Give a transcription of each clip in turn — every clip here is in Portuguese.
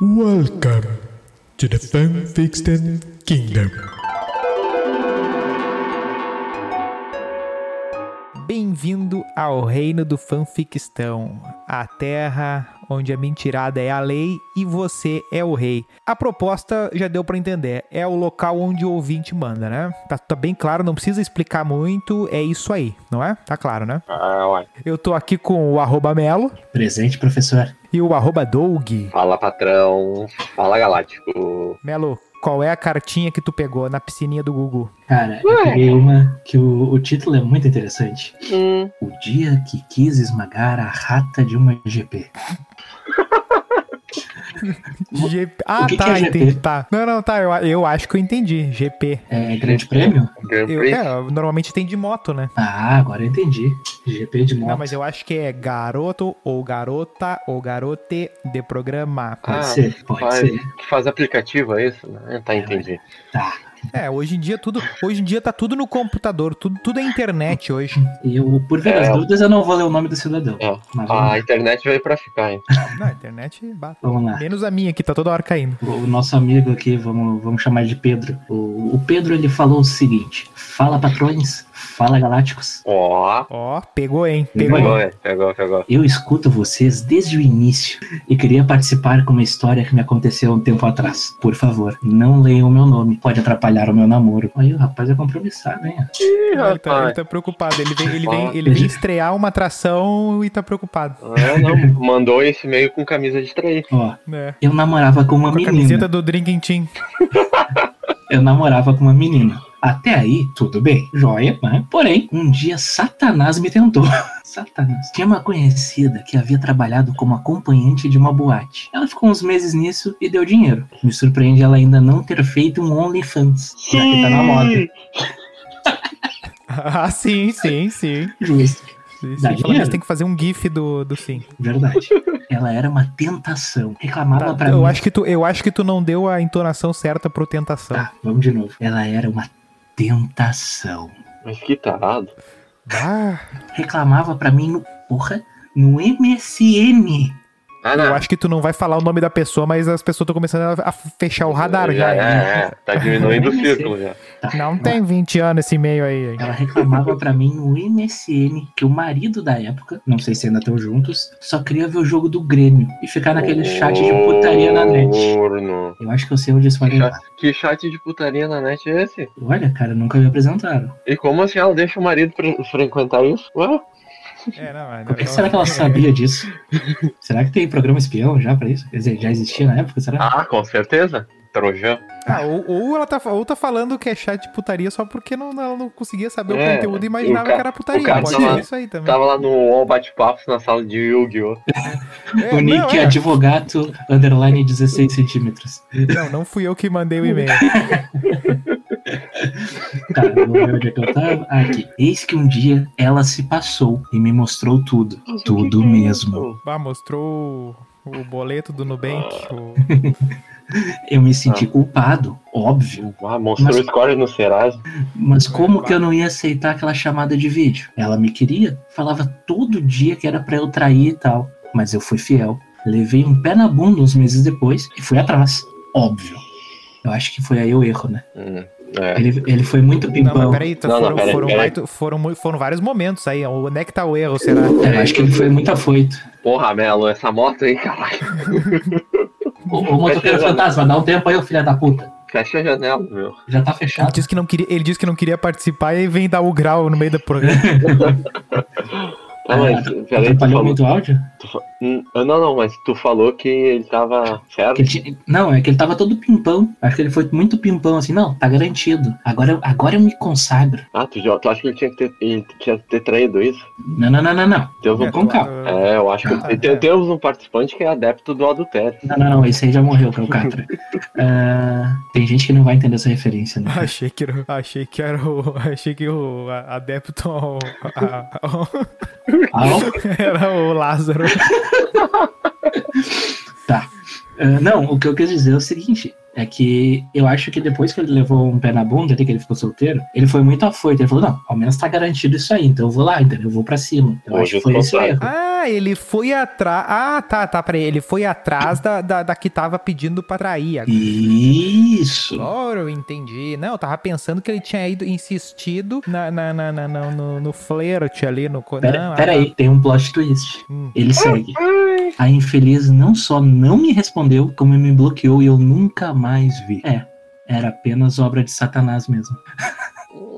Welcome to the Fanfiction Kingdom. Bem-vindo ao reino do fanfictão, a terra onde a mentirada é a lei e você é o rei. A proposta já deu pra entender, é o local onde o ouvinte manda, né? Tá, tá bem claro, não precisa explicar muito, é isso aí, não é? Tá claro, né? Ah, olha. Eu tô aqui com o arroba Melo Presente, professor. e o arroba Doug. Fala patrão, fala galáctico. Melo, qual é a cartinha que tu pegou na piscininha do Gugu? Cara, eu peguei uma que o, o título é muito interessante. Hum, O dia que quis esmagar a rata de uma GP. G- Ah, o que que tá, é GP? entendi, tá. Não, não, tá, eu, eu acho que eu entendi, GP. É grande prêmio? Grand Eu, Prix. é, normalmente tem de moto, né? Ah, agora eu entendi. GP de moto. Não, mas eu acho que é garoto ou garota ou garote de programa. Pode Ah, ser, pode faz, ser. faz aplicativo, é isso? né? Tá, entendi. É, hoje em dia tudo, hoje em dia tá tudo no computador, tudo, tudo é internet hoje. Eu, por ver das É. dúvidas, eu não vou ler o nome do cidadão. É. Mas vamos, A lá, internet veio pra ficar, hein? Não, a internet bate. vamos lá. Menos a minha que tá toda hora caindo. O nosso amigo aqui, vamos, vamos chamar de Pedro. O, o Pedro ele falou o seguinte: Fala patrões, fala galácticos. Ó, Ó, pegou, hein? Pegou. Pegou. pegou, é, pegou, pegou. Eu escuto vocês desde o início e queria participar com uma história que me aconteceu um tempo atrás. Por favor, não leiam o meu nome, pode atrapalhar o meu namoro. Aí o rapaz é compromissado, hein? Ih, Ele tá, ele rapaz. tá preocupado. Ele vem, ele, vem, ele vem estrear uma atração e tá preocupado. É, não, mandou esse e-mail com camisa de trair. Ó, Né? eu namorava com uma Com a menina. camiseta do Drinking Team. Eu namorava com uma menina. Até aí, tudo bem, joia, né? Porém, um dia Satanás me tentou. Satanás. Tinha uma conhecida que havia trabalhado como acompanhante de uma boate. Ela ficou uns meses nisso e deu dinheiro. Me surpreende ela ainda não ter feito um OnlyFans. Já que tá na moda. Ah, sim, sim, sim. Justo. sim, Dá sim. Falando dinheiro? nisso, tem que fazer um gif do, do sim. Verdade. Ela era uma tentação. Reclamava Tá, pra eu, mim. acho que tu, eu acho que tu não deu a entonação certa pro tentação. Tá, vamos de novo. Ela era uma tentação. Mas que tarado. Ah, Reclamava pra mim no porra no MSN. Ah, eu não. acho que tu não vai falar o nome da pessoa, mas as pessoas estão começando a a fechar o radar já. É, é, tá diminuindo o Nem sei. círculo já. Tá. Não tem 20 anos esse e-mail aí. hein? Ela reclamava pra mim no MSN que o marido da época, não sei se ainda estão juntos, só queria ver o jogo do Grêmio e ficar naquele chat de putaria na net. Corno. Eu acho que eu sei onde isso vai Já- levar. Que chat de putaria na net é esse? Olha, cara, nunca me apresentaram. E como assim ela deixa o marido fre- frequentar isso? Ué? É, não, é, Por que não- será que ela sabia disso? Será que tem programa espião já pra isso? Quer dizer, já existia na época, será? Ah, com certeza. Trojão. Ah, ou, ou ela tá, fa- ou tá falando que é chat de putaria só porque não, ela não conseguia saber o É, conteúdo e imaginava o ca- que era putaria. o cara tá Pode tava- ser isso aí também. Tava lá no UOL bate-papos na sala de Yu-Gi-Oh! É, O não, nick é é. tipo- advogado, underline 16 centímetros. não, não fui eu que mandei o e-mail. Tá, eu vou ver onde é que eu tava. Ah, Aqui. Eis que um dia ela se passou e me mostrou tudo. Tudo mesmo. Ah, mostrou o, o boleto do Nubank. o- Eu me senti Ah. culpado, óbvio. Ah, mostrou Mas- o score no Serasa. Mas É, como que claro. eu não ia aceitar aquela chamada de vídeo? Ela me queria, falava todo dia que era pra eu trair e tal. Mas eu fui fiel. Levei um pé na bunda uns meses depois e fui atrás. Óbvio. Eu acho que foi aí o erro, né? Hum, é. Ele, ele foi muito Não, mas pimpão. peraí, tá, Não, não, foram, peraí, foram, peraí. baita- foram mu- foram vários momentos aí. Onde é que tá o erro, será? É, eu acho que ele foi muito afoito. Porra, Melo, essa moto aí, caralho. Ô, ô motoqueiro fantasma, dá um tempo aí, ô filha da puta. Fecha a janela, meu. Já tá Ele fechado. disse, que não queria, ele disse que não queria participar e vem dar o grau no meio do programa. Ah, mas, peraí, tu É, Atrapalhou falou. muito o áudio? tu fa- Hum, ah, não, não, mas tu falou que ele tava Que certo. ele tinha- Não, é que ele tava todo pimpão. Acho que ele foi muito pimpão, assim, não, tá garantido. Agora, eu- agora eu me consagro. Ah, tu, já- tu acha que ele tinha que, ter, ele tinha que ter traído isso? Não, não, não, não, não. Deus Vamos não. É, com calma. tu- É, eu acho que Ah, tem- é. temos um participante que é adepto do adultério. Não, não, não, esse aí já morreu, que é o Catra. Ah, tem gente que não vai entender essa referência, né? Achei que era, achei que era o, achei que o a- adepto ao- a- ao- Au? era o Lázaro. Ah, não, o que eu quis dizer é o seguinte. É que eu acho que depois que ele levou um pé na bunda ali, que ele ficou solteiro, ele foi muito afoito. Ele falou, não, ao menos tá garantido isso aí, então eu vou lá, entendeu? Eu vou pra cima. Eu Hoje acho que eu foi tô esse o solto. erro. Ah, Ah, ele foi atrás. Ah, tá, tá, peraí. Ele foi atrás da, da, da que tava pedindo pra trair. agora. Isso. Agora eu entendi. Não, eu tava pensando que ele tinha ido insistido na, na, na, na- na- no, no flerte ali, no. co- Pera, não, ah, pera aí, tem um plot twist. Hum. Ele segue. A infeliz não só não me respondeu, como me bloqueou e eu nunca mais vi. É, era apenas obra de Satanás mesmo.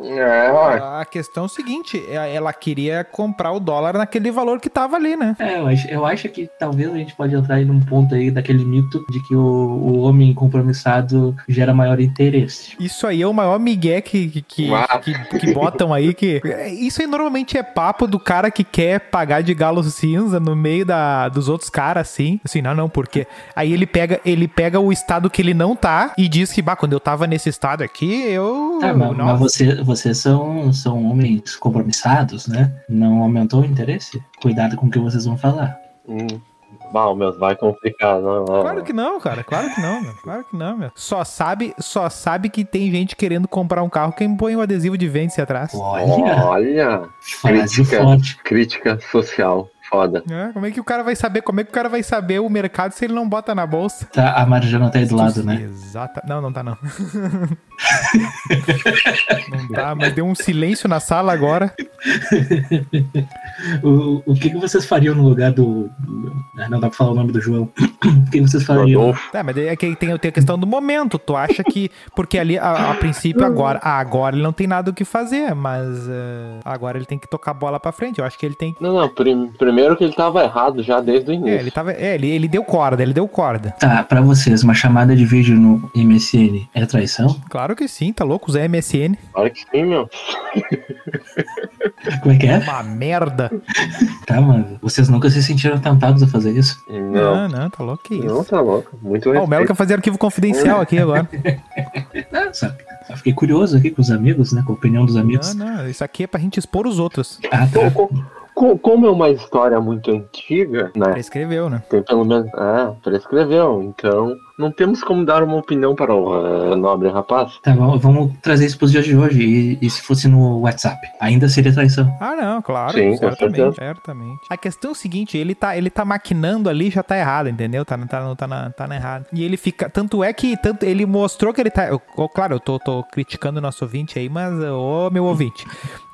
É, ó, A questão é o seguinte, é- ela queria comprar o dólar naquele valor que tava ali, né? É, eu acho, eu acho que talvez a gente pode entrar aí num ponto aí daquele mito de que o, o homem compromissado gera maior interesse. Isso aí é o maior migué que, que, que, Uau. que- que botam aí. que Isso aí normalmente é papo do cara que quer pagar de galo cinza no meio da, dos outros caras, assim. Assim, não, não, porque. Aí ele pega, ele pega o estado que ele não tá e diz que, bah, quando eu tava nesse estado aqui, eu. Tá, mas, mas Uh, nossa." você, vocês são, são homens compromissados, né? Não aumentou o interesse? Cuidado com o que vocês vão falar. hum. Bom, meus, vai complicar, não, não. Claro que não, cara. Claro que não, meu. Claro que não, meu. Só sabe, só sabe que tem gente querendo comprar um carro quem põe um adesivo de vende-se atrás. Olha, Olha, frase crítica. forte. crítica social, foda. É, como é que o cara vai saber? Como é que o cara vai saber o mercado se ele não bota na bolsa? Tá, a Marjana tá aí do lado, né? Exata. Não, não tá não. não tá, mas deu um silêncio na sala agora. O, o que, que vocês fariam no lugar do. do- Ah, não dá pra falar o nome do João. O que vocês fariam? Rodolfo, Tá, mas é que tem, tem a questão do momento. Tu acha que. Porque ali, a, a princípio, agora. ah, agora ele não tem nada o que fazer, mas. eh, agora ele tem que tocar a bola pra frente. Eu acho que ele tem. não, não, prim- primeiro que ele tava errado já desde o É, início. ele tava. É, ele, ele deu corda, ele deu corda. Tá, pra vocês, uma chamada de vídeo no MSN é traição? Claro que sim, tá louco? Zé MSN. Claro que sim, meu. Como é que é? Uma merda. Tá, mano. Vocês nunca se sentiram tentados a fazer isso? não, Não, não, tá louco que isso. não tá louco. Muito Ah, o Melo respeito. quer fazer arquivo confidencial aqui agora. Não, É, só, só fiquei curioso aqui com os amigos, né? Com a opinião dos amigos. Não, não, isso É. aqui é pra gente expor os outros. Ah, né? tá. Co- co- Como é uma história muito antiga, né? Prescreveu, né? Tem pelo menos. Ah, prescreveu. Então, não temos como dar uma opinião para o eh, nobre rapaz. Tá bom, vamos trazer isso pros dias de hoje. E, e se fosse no WhatsApp? Ainda seria traição. Ah, não, claro, Sim, com certamente, certeza. certamente. A questão é o seguinte, ele tá, ele tá maquinando ali, já tá errado, entendeu? Tá, tá, não tá, na, tá na errada. E ele fica, tanto é que, tanto ele mostrou que ele tá, eu- eu- claro, eu tô, tô criticando o nosso ouvinte aí, mas, ô, meu ouvinte,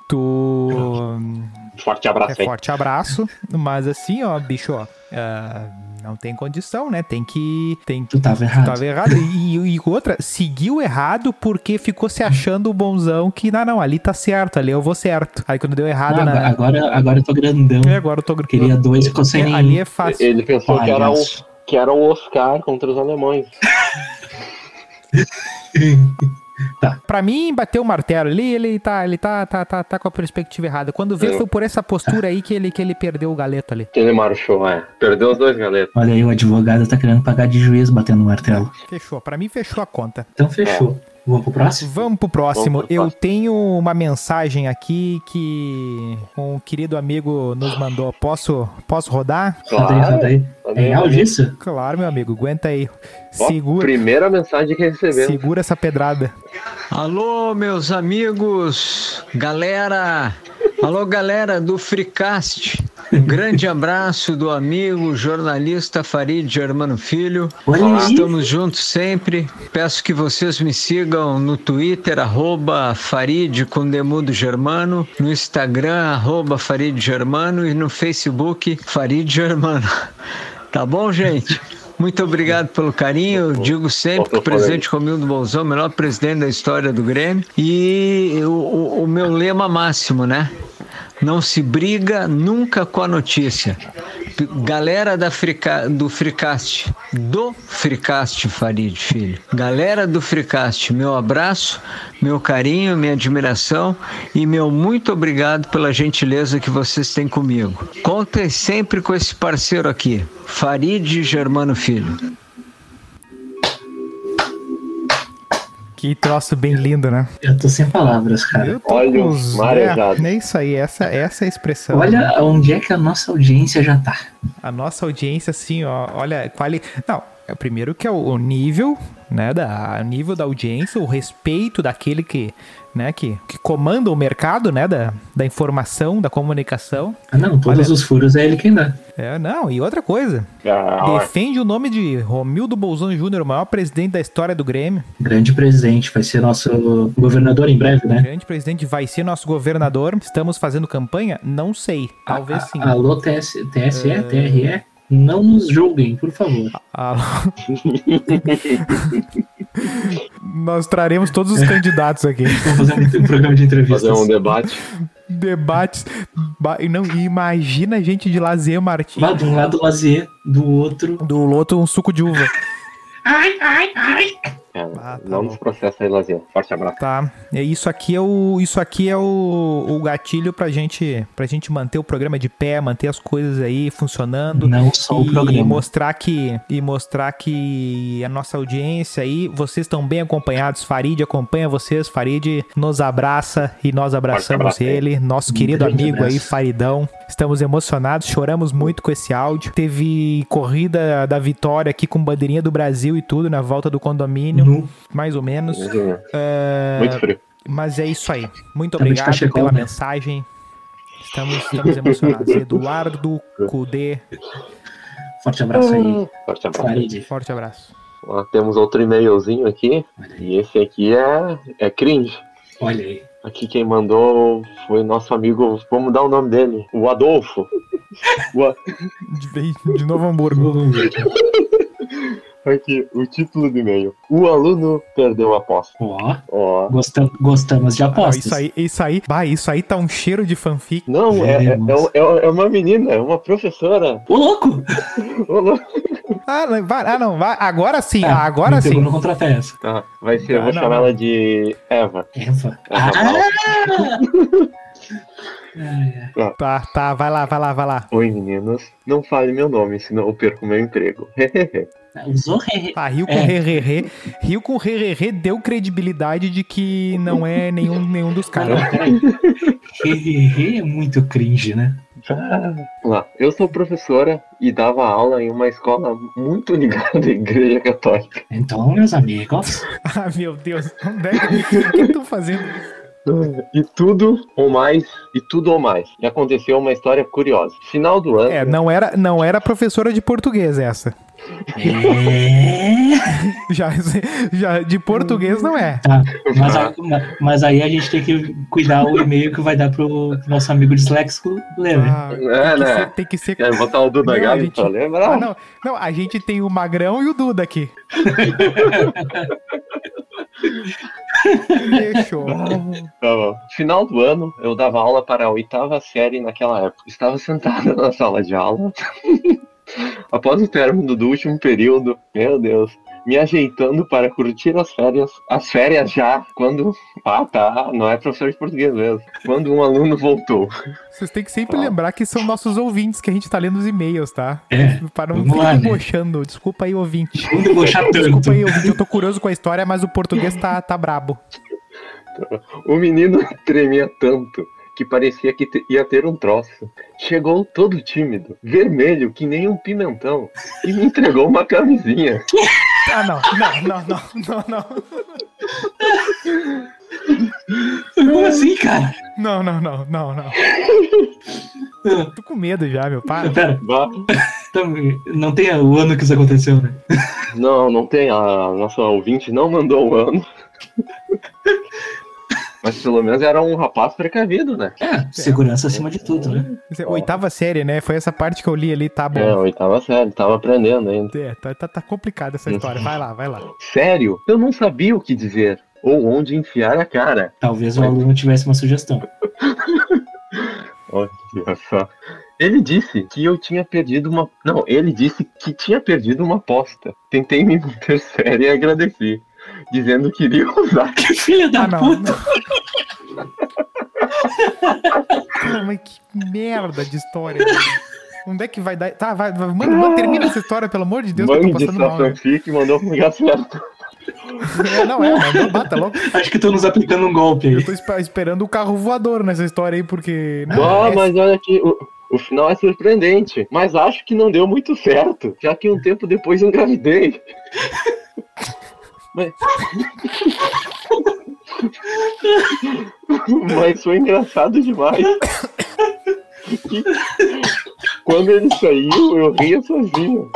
tu... Um Forte abraço É aí. forte abraço, mas assim, ó, bicho, ó, ah, não tem condição, né? Tem que, tem que Tu tava errado. Tava errado. E, e outra, seguiu errado porque ficou se achando o bonzão que, não, não, ali tá certo, ali eu vou certo. Aí quando deu errado, Ah, na... agora- agora, agora eu tô grandão. É, agora eu tô gritando. Uhum. Queria dois, ficou sem Ali é fácil. Ele pensou que era, o, Palhaço. que era o Oscar contra os alemães. é Pra mim, bateu o martelo ali, ele tá, ele tá, tá, tá, tá com a perspectiva errada. Quando vê, É. foi por essa postura aí que ele, que ele perdeu o galeto ali. Ele marchou, é. Perdeu os dois galetos. Olha aí, o advogado tá querendo pagar de juiz batendo o martelo. Fechou. Pra mim, fechou a conta. Então fechou. Vamos pro próximo? Vamos pro próximo. Vamos pro Eu próximo. tenho uma mensagem aqui que um querido amigo nos mandou. Posso, posso rodar? Roda aí, roda aí. É real disso? Claro, meu amigo, aguenta aí. Ó, Segura, Primeira mensagem que recebemos. segura essa pedrada. Alô, meus amigos, galera, alô, galera do Fricast. Um grande abraço do amigo jornalista Farid Germano Filho. Olha aí. Estamos juntos sempre. Peço que vocês me sigam no Twitter, arroba Farid com Demudo Germano, no Instagram, arroba Farid Germano e no Facebook, Farid Germano. Tá bom, gente? Muito obrigado pelo carinho. Eu digo sempre que o presidente Romildo Bolzão, o melhor presidente da história do Grêmio. E o, o- o meu lema máximo, né? Não se briga nunca com a notícia. P- Galera da Frica, do Fricast, do Fricast, Farid Filho. Galera do Fricast, meu abraço, meu carinho, minha admiração e meu muito obrigado pela gentileza que vocês têm comigo. Contem sempre com esse parceiro aqui, Farid Germano Filho. Que troço bem lindo, né? Eu tô sem palavras, cara. Eu tô Olha com o os- marejado. É, é isso aí, essa, essa é a expressão. Olha onde é que a nossa audiência já tá. A nossa audiência, assim, ó, olha, quali... Não, É, Primeiro que é o- o nível, né, da o nível da audiência, o respeito daquele que, né, que, que comanda o mercado, né, da, da informação, da comunicação. Ah, não, todos os furos é ele quem dá. É, não, e outra coisa, Ah, defende o nome de Romildo Bolzan Júnior, o maior presidente da história do Grêmio. Grande presidente, vai ser nosso governador em breve, né? Grande presidente vai ser nosso governador. Estamos fazendo campanha? Não sei, talvez sim. É. A- Alô, TS, TSE, TRE, não nos julguem, por favor. Alô. Nós traremos todos os candidatos aqui. Vamos fazer um inter- programa de entrevistas. fazer um debate. Debates. Ba- e Não, e imagina a gente de Lazer Martins. Vá de um lado lazer, do outro. Do Loto, um suco de uva. Ai, ai, ai! Cara, Ah, tá É, não bom. nos processa aí, Lazinha. Forte abraço. Tá. É, Isso aqui é o, isso aqui é o, o gatilho pra gente, pra gente manter o programa de pé, manter as coisas aí funcionando. Não só o e programa. mostrar que e mostrar que a nossa audiência aí, vocês estão bem acompanhados. Farid acompanha vocês, Farid nos abraça e nós abraçamos abraço, hein? ele, nosso querido Um grande amigo aí, abraço. Faridão. Estamos emocionados, choramos muito com esse áudio. Teve corrida da vitória aqui com bandeirinha do Brasil e tudo na volta do condomínio, Nu. mais ou menos. Uhum. É, Muito frio. Mas é isso aí. Muito Também obrigado está chegando, pela né? mensagem. Estamos, estamos emocionados. Eduardo Cudê, Forte abraço Hum. aí, Forte abraço. Farid. forte abraço. Ó, temos outro e-mailzinho aqui. E esse aqui é, é cringe. Olha aí. Aqui quem mandou foi nosso amigo, vamos dar o nome dele, o Adolfo. O A- De, de Novo Hamburgo. Vamos ver. aqui, o título do e-mail. O aluno perdeu a aposta. Ó, Ó. gostam- gostamos de Ah, apostas. isso aí, isso aí. Bah, isso aí tá um cheiro de fanfic. Não, é, é, Veremos. é- é- é uma menina, é uma professora. Ô, louco! Ô, louco. Ah, não, vai, ah, não, vai. Agora sim, Ah, agora me pegou sim. no contrapé essa. Tá, vai ser, eu Ah, vou não, chamar não. ela de Eva. Eva. Ah, Ah! Ai, ai. Tá, tá, vai lá, vai lá, vai lá. Oi meninos, não fale meu nome, senão eu perco meu emprego. Usou re- Tá, Rio com É. Rererê. Rio com Rererê deu credibilidade de que não é nenhum, nenhum dos caras. Cara, peraí. Hehehe é muito cringe, né? Lá, eu sou professora e dava aula em uma escola muito ligada à igreja católica. Então, meus amigos, Ah, meu Deus. Onde é que, o que que tu fazendo? Uhum. E tudo ou mais, e tudo ou mais. E aconteceu uma história curiosa. Final do ano, É, não era, não era professora de português essa. é... Já, já de português não é. tá. mas, a- ma- mas aí a gente tem que cuidar o e-mail que vai dar pro, pro nosso amigo disléxico ler, né? Ah, É, tem, que né? ser, tem que ser. Quer botar o Duda Não, Gabi gente. pra lembrar? Ah, não, não, a gente tem o Magrão e o Duda aqui. Fechou. Tá bom. Final do ano, eu dava aula para a oitava série naquela época. Estava sentada na sala de aula. Após o término do último período, meu Deus, me ajeitando para curtir as férias. As férias já, quando. Ah, tá, não é professor de português mesmo. Quando um aluno voltou. Vocês têm que sempre lembrar que são nossos ouvintes que a gente tá lendo os e-mails, tá? É, Para não vamos lá, ficar né? debochando. Desculpa aí, ouvinte. Vamos debochar Desculpa tanto. aí, ouvinte. Eu tô curioso com a história, mas o português tá, tá brabo. O menino tremia tanto que parecia que te- ia ter um troço. Chegou todo tímido, vermelho que nem um pimentão, e me entregou uma camisinha. Ah, não, não, não, não, não, não. Como assim, cara? Não, não, não, não, não. Tô com medo já, meu. Para. Pera, Bah. então, não tem o ano que isso aconteceu, né? Não, não tem. A nossa ouvinte não mandou o ano. Mas pelo menos era um rapaz precavido, né? É, segurança acima de tudo, né? Isso é Oitava série, né? Foi essa parte que eu li ali, tá É, bom. oitava série, tava aprendendo ainda. É, tá, tá, tá complicada essa história. Vai lá, vai lá. Sério? Eu não sabia o que dizer ou onde enfiar a cara. Talvez o aluno tivesse uma sugestão. Olha só. Ele disse que eu tinha perdido uma. Não, ele disse que tinha perdido uma aposta. Tentei me manter sério e agradeci, dizendo que iria usar. Que filha da Ah, não. puta! Cara, mas que merda de história. velho. Onde é que vai dar? Tá, vai, vai manda, manda, termina essa história, pelo amor de Deus, que eu Mãe tô de passando mal. né? velho. Satanfic mandou pro lugar certo. É, não, é, mas não bata logo. Acho que estão nos aplicando um golpe aí. Eu tô espe- esperando o carro voador nessa história aí, porque. não, Ah, é- mas olha aqui, o, O final é surpreendente, mas acho que não deu muito certo, já que um tempo depois engravidei. mas... mas foi engraçado demais. Que- Quando ele saiu, eu ria sozinho.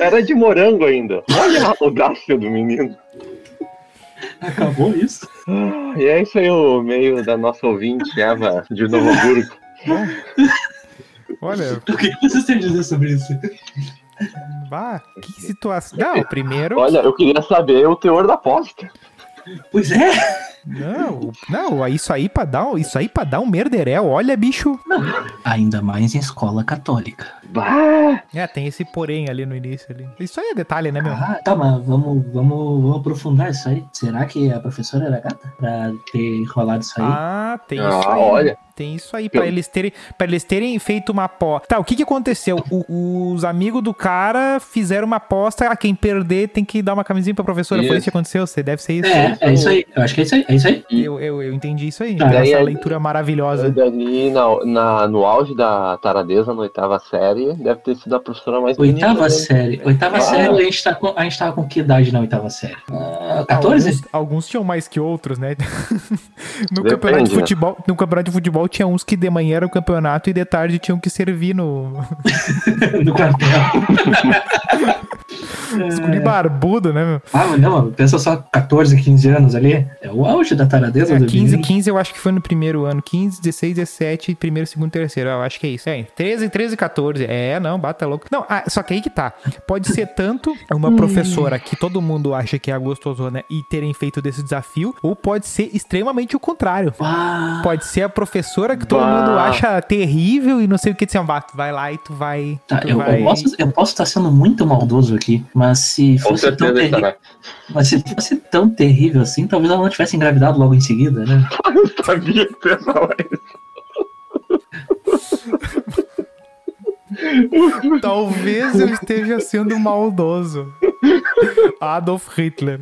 Era de morango ainda. Olha a audácia do menino. Acabou isso? E é isso aí o meio da nossa ouvinte, Eva, de Novo Hamburgo. Olha, O que vocês têm a dizer sobre isso? bah, que situação. Não, o primeiro. Olha, eu queria saber o teor da aposta. Pois é. Não, não, isso aí pra dar, um- isso aí pra dar um merderel. Olha, bicho. Ainda mais em escola católica. Bah! É, tem esse porém ali no início ali. Isso aí é detalhe, né, meu? Ah, tá, mas vamos, vamos, vamos aprofundar isso aí. Será que a professora era gata? Pra ter enrolado isso aí? Ah, tem Ah, isso aí. olha. Tem isso aí, pra eles terem, para eles terem feito uma aposta. Tá, o que que aconteceu? O- os amigos do cara fizeram uma aposta, ah, quem perder tem que dar uma camisinha pra professora. Foi isso Isso. que aconteceu? Você deve ser isso. né? é, é isso aí. Eu acho que é isso aí. É isso aí. Eu, eu, eu entendi isso aí. Ah, daí essa é- leitura maravilhosa. Dali na, na- no auge da taradeza, na oitava série, deve ter sido a professora mais bonita, Oitava né? série. Oitava Ah. série, a gente, tá com, a gente tava com que idade na oitava série? Ah, 14? Alguns, alguns tinham mais que outros, né? no, Depende, campeonato de né? futebol, no campeonato de futebol tinha uns que de manhã era o campeonato e de tarde tinham que servir no Ah, no quartel. É. escuri barbudo, né? meu? Ah, mas não, pensa só 14, 15 anos ali. É o auge da taradeza É, do 15, menino. 15 eu acho que foi no primeiro ano. 15, 16, 17, primeiro, segundo, terceiro. Eu acho que é isso. É, 13, 13, 14. É, não, bata louco. Não, ah, só que aí que tá. Pode ser tanto uma Hum. professora que todo mundo acha que é a gostosona e terem feito desse desafio, ou pode ser extremamente o contrário. Ah, Pode ser a professora que todo Bah. mundo acha terrível e não sei o que. Assim, ó, bah, tu vai lá e tu vai. tá, tu eu, eu vai... posso, eu posso estar sendo muito maldoso aqui, mas se Com fosse tão certeza ele terrível. tá Mas se fosse tão terrível assim, talvez ela não tivesse engravidado logo em seguida, né? Eu sabia que você ia falar isso. Talvez eu esteja sendo maldoso. Adolf Hitler.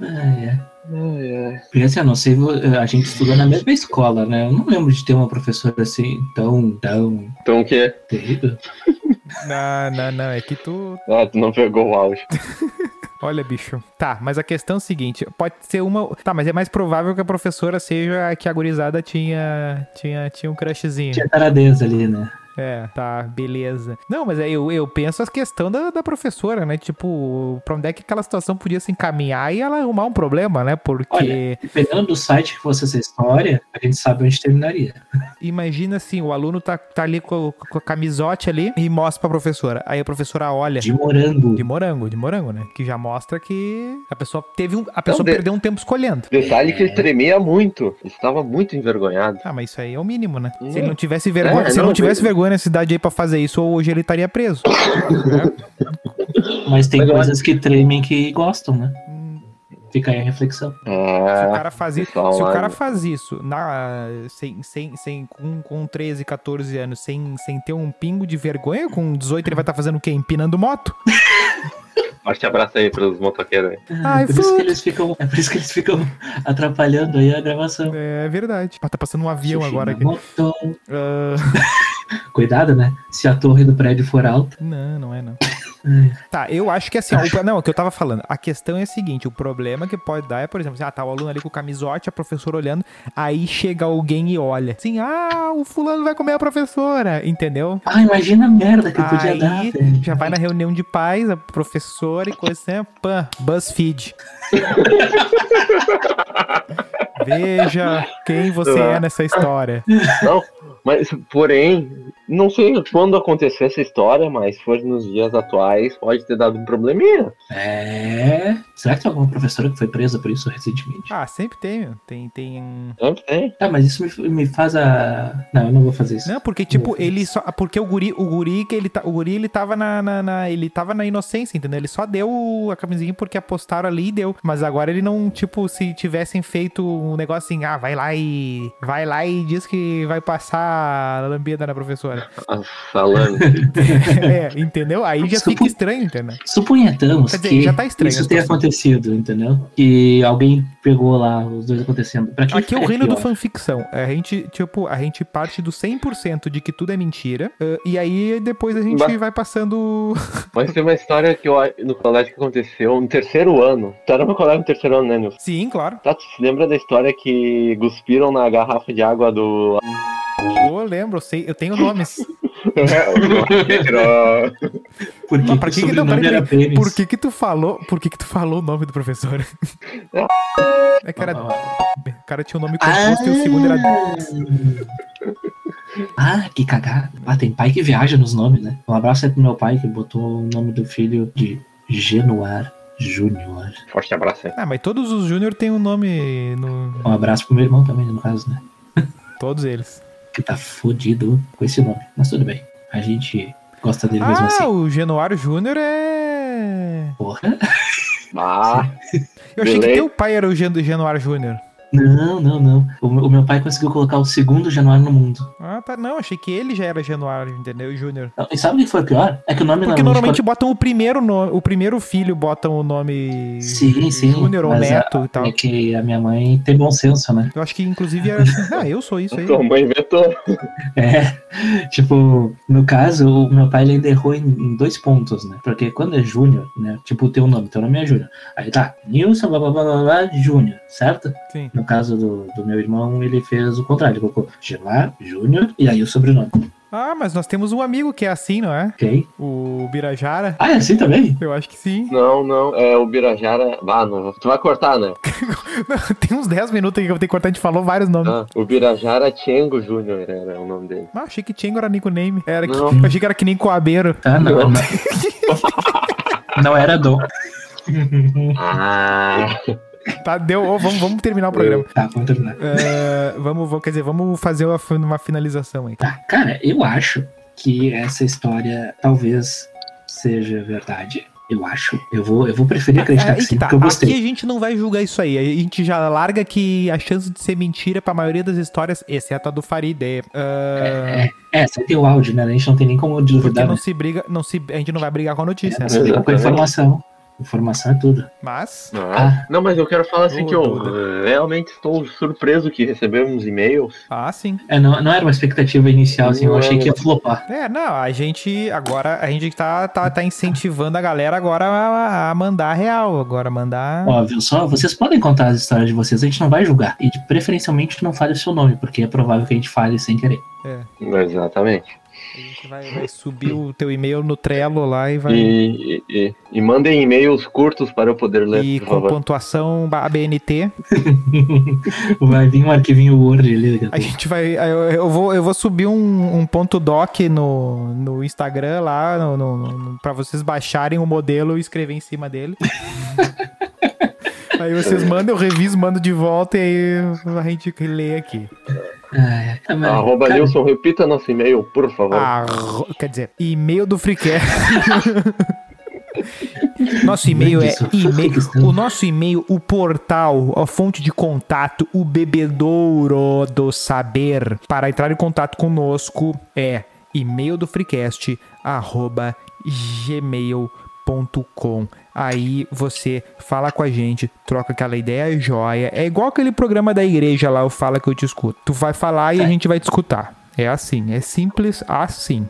É, é. Ai, ai. Porque assim, eu não sei, vo- a gente estudou na mesma escola, né? Eu não lembro de ter uma professora assim tão, tão Então o quê? terrível. Não, não, não. É que tu, Ah, tu não pegou o auge. Olha, bicho. Tá, mas a questão é a seguinte: pode ser uma. Tá, mas é mais provável que a professora seja a que a gurizada tinha, tinha, tinha um crushzinho. Tinha taradeza ali, né? É, tá, beleza. Não, mas é, eu, eu penso as questão da, da professora, né? Tipo, pra onde é que aquela situação podia se encaminhar e ela arrumar um problema, né? Porque. Olha. Dependendo do site que fosse essa história, a gente sabe onde terminaria. Imagina assim, o aluno tá, tá ali com, com a camisote ali e mostra pra professora. Aí a professora olha. De morango. De morango, de morango, né? Que já mostra que a pessoa teve um. A pessoa de- perdeu um tempo escolhendo. Detalhe É. que ele tremia muito. Estava muito envergonhado. Ah, mas isso aí é o mínimo, né? Hum. Se ele não tivesse vergonha, É, se ele não não, tivesse mas- vergonha nessa idade aí pra fazer isso, hoje ele estaria preso. Mas tem Mas eu coisas que tremem que gostam, né? Fica aí a reflexão. Se o É. cara faz isso, pessoal se o lá, cara né? faz isso na, sem, sem, sem, com, com 13, 14 anos, sem, sem ter um pingo de vergonha, com 18 ele vai estar fazendo o quê? Empinando moto? Forte abraço aí pros motoqueiros aí. Ai, é, por isso fui. que eles ficam, é por isso que eles ficam atrapalhando aí a gravação. É verdade. Ah, tá passando um avião Sushi agora na aqui. moto. Ah, Cuidado, né? Se a torre do prédio for alta. Não, não é não. tá, eu acho que assim, ó, o- não, é o que eu tava falando. A questão é a seguinte, o problema que pode dar é, por exemplo, assim, ah, tá o aluno ali com o camisote, a professora olhando, aí chega alguém e olha. Assim, ah, o fulano vai comer a professora, entendeu? Ah, imagina a merda que podia Aí dar, velho. já vai na reunião de pais, a professora e coisa assim, pã, BuzzFeed. Veja quem você é nessa história. Mas, porém, não sei quando aconteceu essa história, mas foi nos dias atuais, pode ter dado um probleminha. É. Será que tem alguma professora que foi presa por isso recentemente? Ah, sempre tem, meu. Tem, um tem Não sei. Tá, mas isso me, me faz a. Não, eu não vou fazer isso. Não, porque tipo, Nossa. ele só. Porque o guri, o guri que ele tá. O guri ele tava na, na- na- Ele tava na inocência, entendeu? Ele só deu a camisinha porque apostaram ali e deu. mas agora ele não, tipo, se tivessem feito um negócio assim, ah, vai lá e. Vai lá e diz que vai passar a lambida na professora. A Falange. é, entendeu? Aí já fica estranho, entendeu? Suponhamos Quer dizer, que já tá estranho isso a tenha situação. acontecido, entendeu? Que alguém pegou lá os dois acontecendo. Pra quem Aqui é o fica reino do ó, fanficção. A gente, tipo, a gente parte do 100% de que tudo é mentira. ah, e aí depois a gente Ba- vai passando. Mas tem uma história que eu, no colégio que aconteceu no terceiro ano. Tu era meu colega no terceiro ano, né, Nilson? Sim, claro. Tá, tu se lembra da história que cuspiram na garrafa de água do. Eu lembro, eu sei, eu tenho nomes. Porque Mas pra o que que- não, sobrenome peraí, era peraí. Pênis. Por que que tu falou? Por que que tu falou o nome do professor? É que era, o cara tinha o nome composto e o segundo era Ah, que cagada. Ah, tem pai que viaja nos nomes, né? Um abraço aí pro meu pai que botou o nome do filho de Genoar Júnior. Forte abraço aí. Ah, mas todos os júnior têm um nome no Um abraço pro meu irmão também, no caso, né? todos eles. Que tá fodido com esse nome. Mas tudo bem. A gente gosta dele mesmo Ah, assim. o Januário Júnior é Porra. Ah, Eu achei que Beleza. teu pai era o Gen- Januário Júnior. Não, não, não. O, meu- o meu pai conseguiu colocar o segundo Januário no mundo. Ah, tá, não, achei que ele já era Januário, entendeu? Júnior. Não, E sabe o que foi pior? É que o nome Porque não normalmente botam o primeiro nome, o primeiro filho botam o nome Sim, sim, Júnior ou mas a- Neto e tal. é que a minha mãe tem bom senso, né? Eu acho que inclusive era assim, ah, eu sou isso aí. Então. tua mãe inventou. É, tipo, no caso, o meu pai ele ainda errou em, em dois pontos, né? Porque quando é Júnior, né? Tipo, o teu nome, teu nome é Júnior. Aí tá, Nilson, blá blá blá blá, blá Júnior, certo? Sim. No caso do, do meu irmão, ele fez o contrário, ele colocou Gemar, Júnior e aí o sobrenome, Ah, mas nós temos um amigo que é assim, não é? ok? O Birajara. Ah, é assim também? Eu acho que sim. Não, não, é o Birajara. Ah, não. Tu vai cortar, né? Tem uns 10 minutos aí que eu vou ter que cortar, a gente falou vários nomes. Ah, o Birajara Tiengo Júnior era o nome dele. Ah, achei que Tchengo era Nico Name. Era que, Não. eu achei que era que nem Coabeiro. Ah, não. Não. Não, não era dom. Ah, Tá, deu. Ô, vamos, vamos terminar o programa. Tá, vamos terminar. É, vamos, vamos, quer dizer, vamos fazer uma, fi- uma finalização aí. Tá, cara, eu acho que essa história talvez seja verdade. Eu acho. Eu vou, eu vou preferir acreditar É, que aí sim, que tá. porque assim, eu Aqui gostei. a gente não vai julgar isso aí. A gente já larga que a chance de ser mentira pra maioria das histórias, exceto a do Farid, é, ah, É, você tem o áudio, né? A gente não tem nem como porque duvidar. não né? se briga, não se, a gente não vai brigar com a notícia, Não né? se é liga com a informação. Informação é tudo. Mas ah. Não, mas eu quero falar assim que eu Duda. realmente estou surpreso que recebemos e-mails. ah, sim. É, não, não era uma expectativa inicial, assim, eu achei que ia flopar. É, não, a gente agora, a gente tá, tá, tá incentivando a galera agora a, a mandar real, agora mandar... Ó, viu só? Vocês podem contar as histórias de vocês, a gente não vai julgar. E de- preferencialmente não fale o seu nome, porque é provável que a gente fale sem querer. Exatamente. A gente vai, vai subir o teu e-mail no Trello lá e vai... E... E, e- e- e mandem e-mails curtos para eu poder ler, por com favor. pontuação ABNT, Vai vir um arquivinho Word ali daqui a a pouco. gente vai. Eu, eu vou, eu vou subir um, um ponto doc no, no Instagram lá, no, no, no- pra vocês baixarem o modelo e escrever em cima dele. aí vocês mandam, eu reviso, mando de volta e aí a gente lê aqui. Ah, é. né? Mas, Arroba cara, Nilson, repita nosso e-mail, por favor. Ah, Arro- Quer dizer, e-mail do Freecare. Nosso e-mail é Isso, e-mail. questão. O nosso e-mail, o portal, a fonte de contato, o bebedouro do saber. Para entrar em contato conosco é e-mail do freecast arroba gmail.com. Aí você fala com a gente, troca aquela ideia joia. É igual aquele programa da igreja lá, o Fala que eu te escuto. Tu vai falar e a gente vai te escutar. É assim, é simples assim.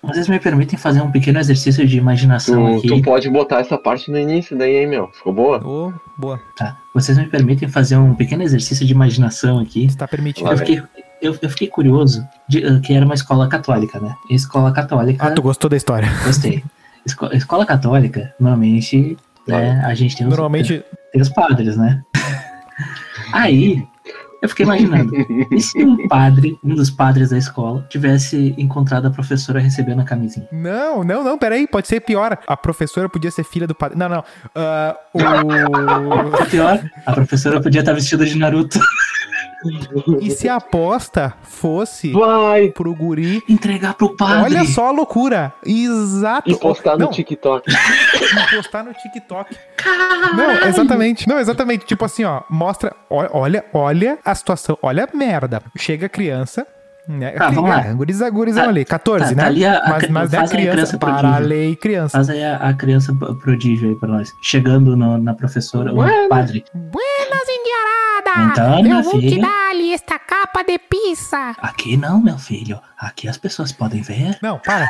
Vocês me permitem fazer um pequeno exercício de imaginação Tu, aqui. tu pode botar essa parte no início daí, hein, meu? Ficou boa? Ô, boa. Tá. Vocês me permitem fazer um pequeno exercício de imaginação aqui. Está permitido. Lá Eu vem. fiquei, eu, eu fiquei curioso de, ah, que era uma escola católica, né? E Escola católica, Ah, tu gostou da história? gostei. Esco- escola católica, normalmente, né? A gente tem os, Normalmente tem os padres, né? Aí, eu fiquei imaginando. E se um padre, um dos padres da escola, tivesse encontrado a professora recebendo a camisinha? Não, não, não, peraí, pode ser pior. A professora podia ser filha do padre. Não, não. Ah, Ou pior, a professora podia estar vestida de Naruto. o... E se a aposta fosse Vai! pro guri. Entregar pro padre. Olha só a loucura! Exato! E postar no Não, TikTok. e postar no TikTok. Não, exatamente. Não, exatamente. Tipo assim, ó, mostra. ó- Olha, olha a situação. Olha a merda. Chega a criança. Né? Tá, vamos lá. Guriza, guriza, Tá, ali, 14, tá, né? tá ali a- a mas cri- mas é faz aí a criança, criança para a prodígio. lei criança. Faz aí a, a criança p- prodígio aí pra nós. Chegando no- na professora, ou no padre. Buenas, indiarada! Então, eu minha vou te filha. dar ali esta capa de pizza. Aqui não, meu filho. Aqui as pessoas podem ver. Não, para.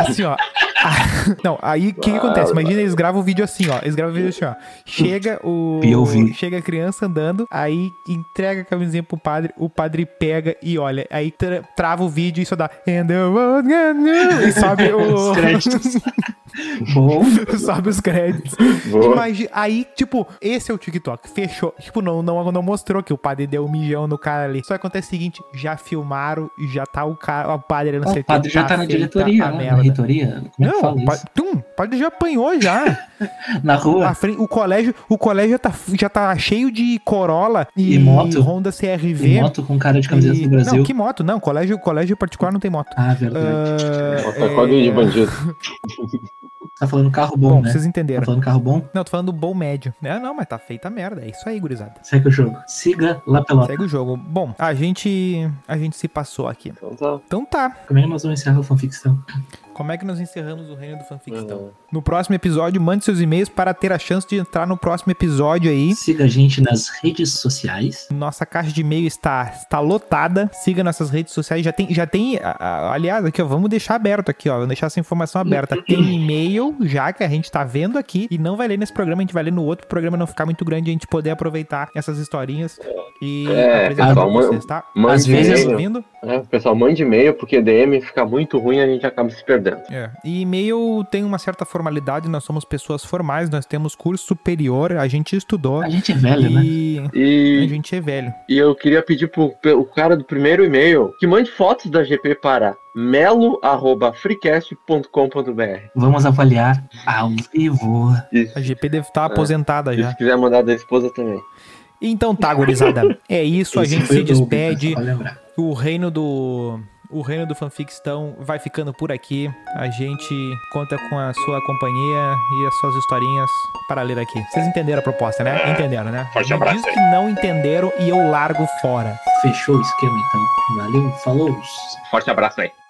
Assim, ó. Ah, Não, aí o que, que acontece? Imagina eles gravam o vídeo assim, ó. Eles gravam o vídeo assim, ó. Chega o. POV. Chega a criança andando, aí entrega a camisinha pro padre, o padre pega e olha. Aí tra- trava o vídeo e só dá. And the world can do", e sobe Os créditos. o. Bom, sobe os créditos. Boa. Imagi- aí, tipo, esse é o TikTok. Fechou. Tipo, não, não, não mostrou que o padre deu um mijão no cara ali. Só que acontece o seguinte: já filmaram e já tá o cara. O padre, não sei o padre já tá na feita diretoria, a né? na merda. reitoria. Como é que Não, fala o pa- isso? tum, o padre já apanhou já. Na rua. A frente- o colégio, o colégio já tá, já tá cheio de Corolla e, E moto. Honda CRV. Em moto com cara de camiseta e- do Brasil. Não, que moto? Não, colégio, colégio particular não tem moto. Ah, verdade. Ah, Nossa, é, código de bandido. Tá falando carro bom, Bom, né? vocês Tá entenderam. falando carro bom? Não, tô falando bom médio. É, não, mas tá feita a merda. É isso aí, gurizada. Segue o jogo. Siga lá pela. Segue o jogo. Bom, a gente a gente se passou aqui. Então tá. Então tá. Como é que nós vamos encerrar o fanficção? Como é que nós encerramos o reino do fanfictão? Hum. No próximo episódio, mande seus e-mails para ter a chance de entrar no próximo episódio aí. Siga a gente nas redes sociais. Nossa caixa de e-mail está, está lotada. Siga nossas redes sociais. Já tem, já tem. a- a- Aliás, aqui, ó, vamos deixar aberto aqui, ó. Vamos deixar essa informação aberta. Tem e-mail já que a gente tá vendo aqui e não vai ler nesse programa, a gente vai ler no outro programa, não ficar muito grande, a gente poder aproveitar essas historinhas e É, apresentar pra pessoal, man- vocês, tá? mande Às vezes e-mail. ouvindo. É, pessoal, mande e-mail, porque DM fica muito ruim e a gente acaba se perdendo. É. E e-mail tem uma certa formalidade, nós somos pessoas formais, nós temos curso superior, a gente estudou A gente é velho, né? e a E, gente é velho. e eu queria pedir pro, pro cara do primeiro e-mail que mande fotos da GP para melo.freecast.com.br. Vamos avaliar ao vivo. A GP deve estar aposentada E já. se quiser mandar da esposa também. Então tá, gurizada. É isso, a gente se despede. O reino do. O reino do fanfictão vai ficando por aqui. A gente conta com a sua companhia e as suas historinhas para ler aqui. Vocês entenderam a proposta, né? Entenderam, né? Forte Me abraço Diz que não entenderam e eu largo fora. Fechou o esquema, então. Valeu, falou. Forte abraço aí.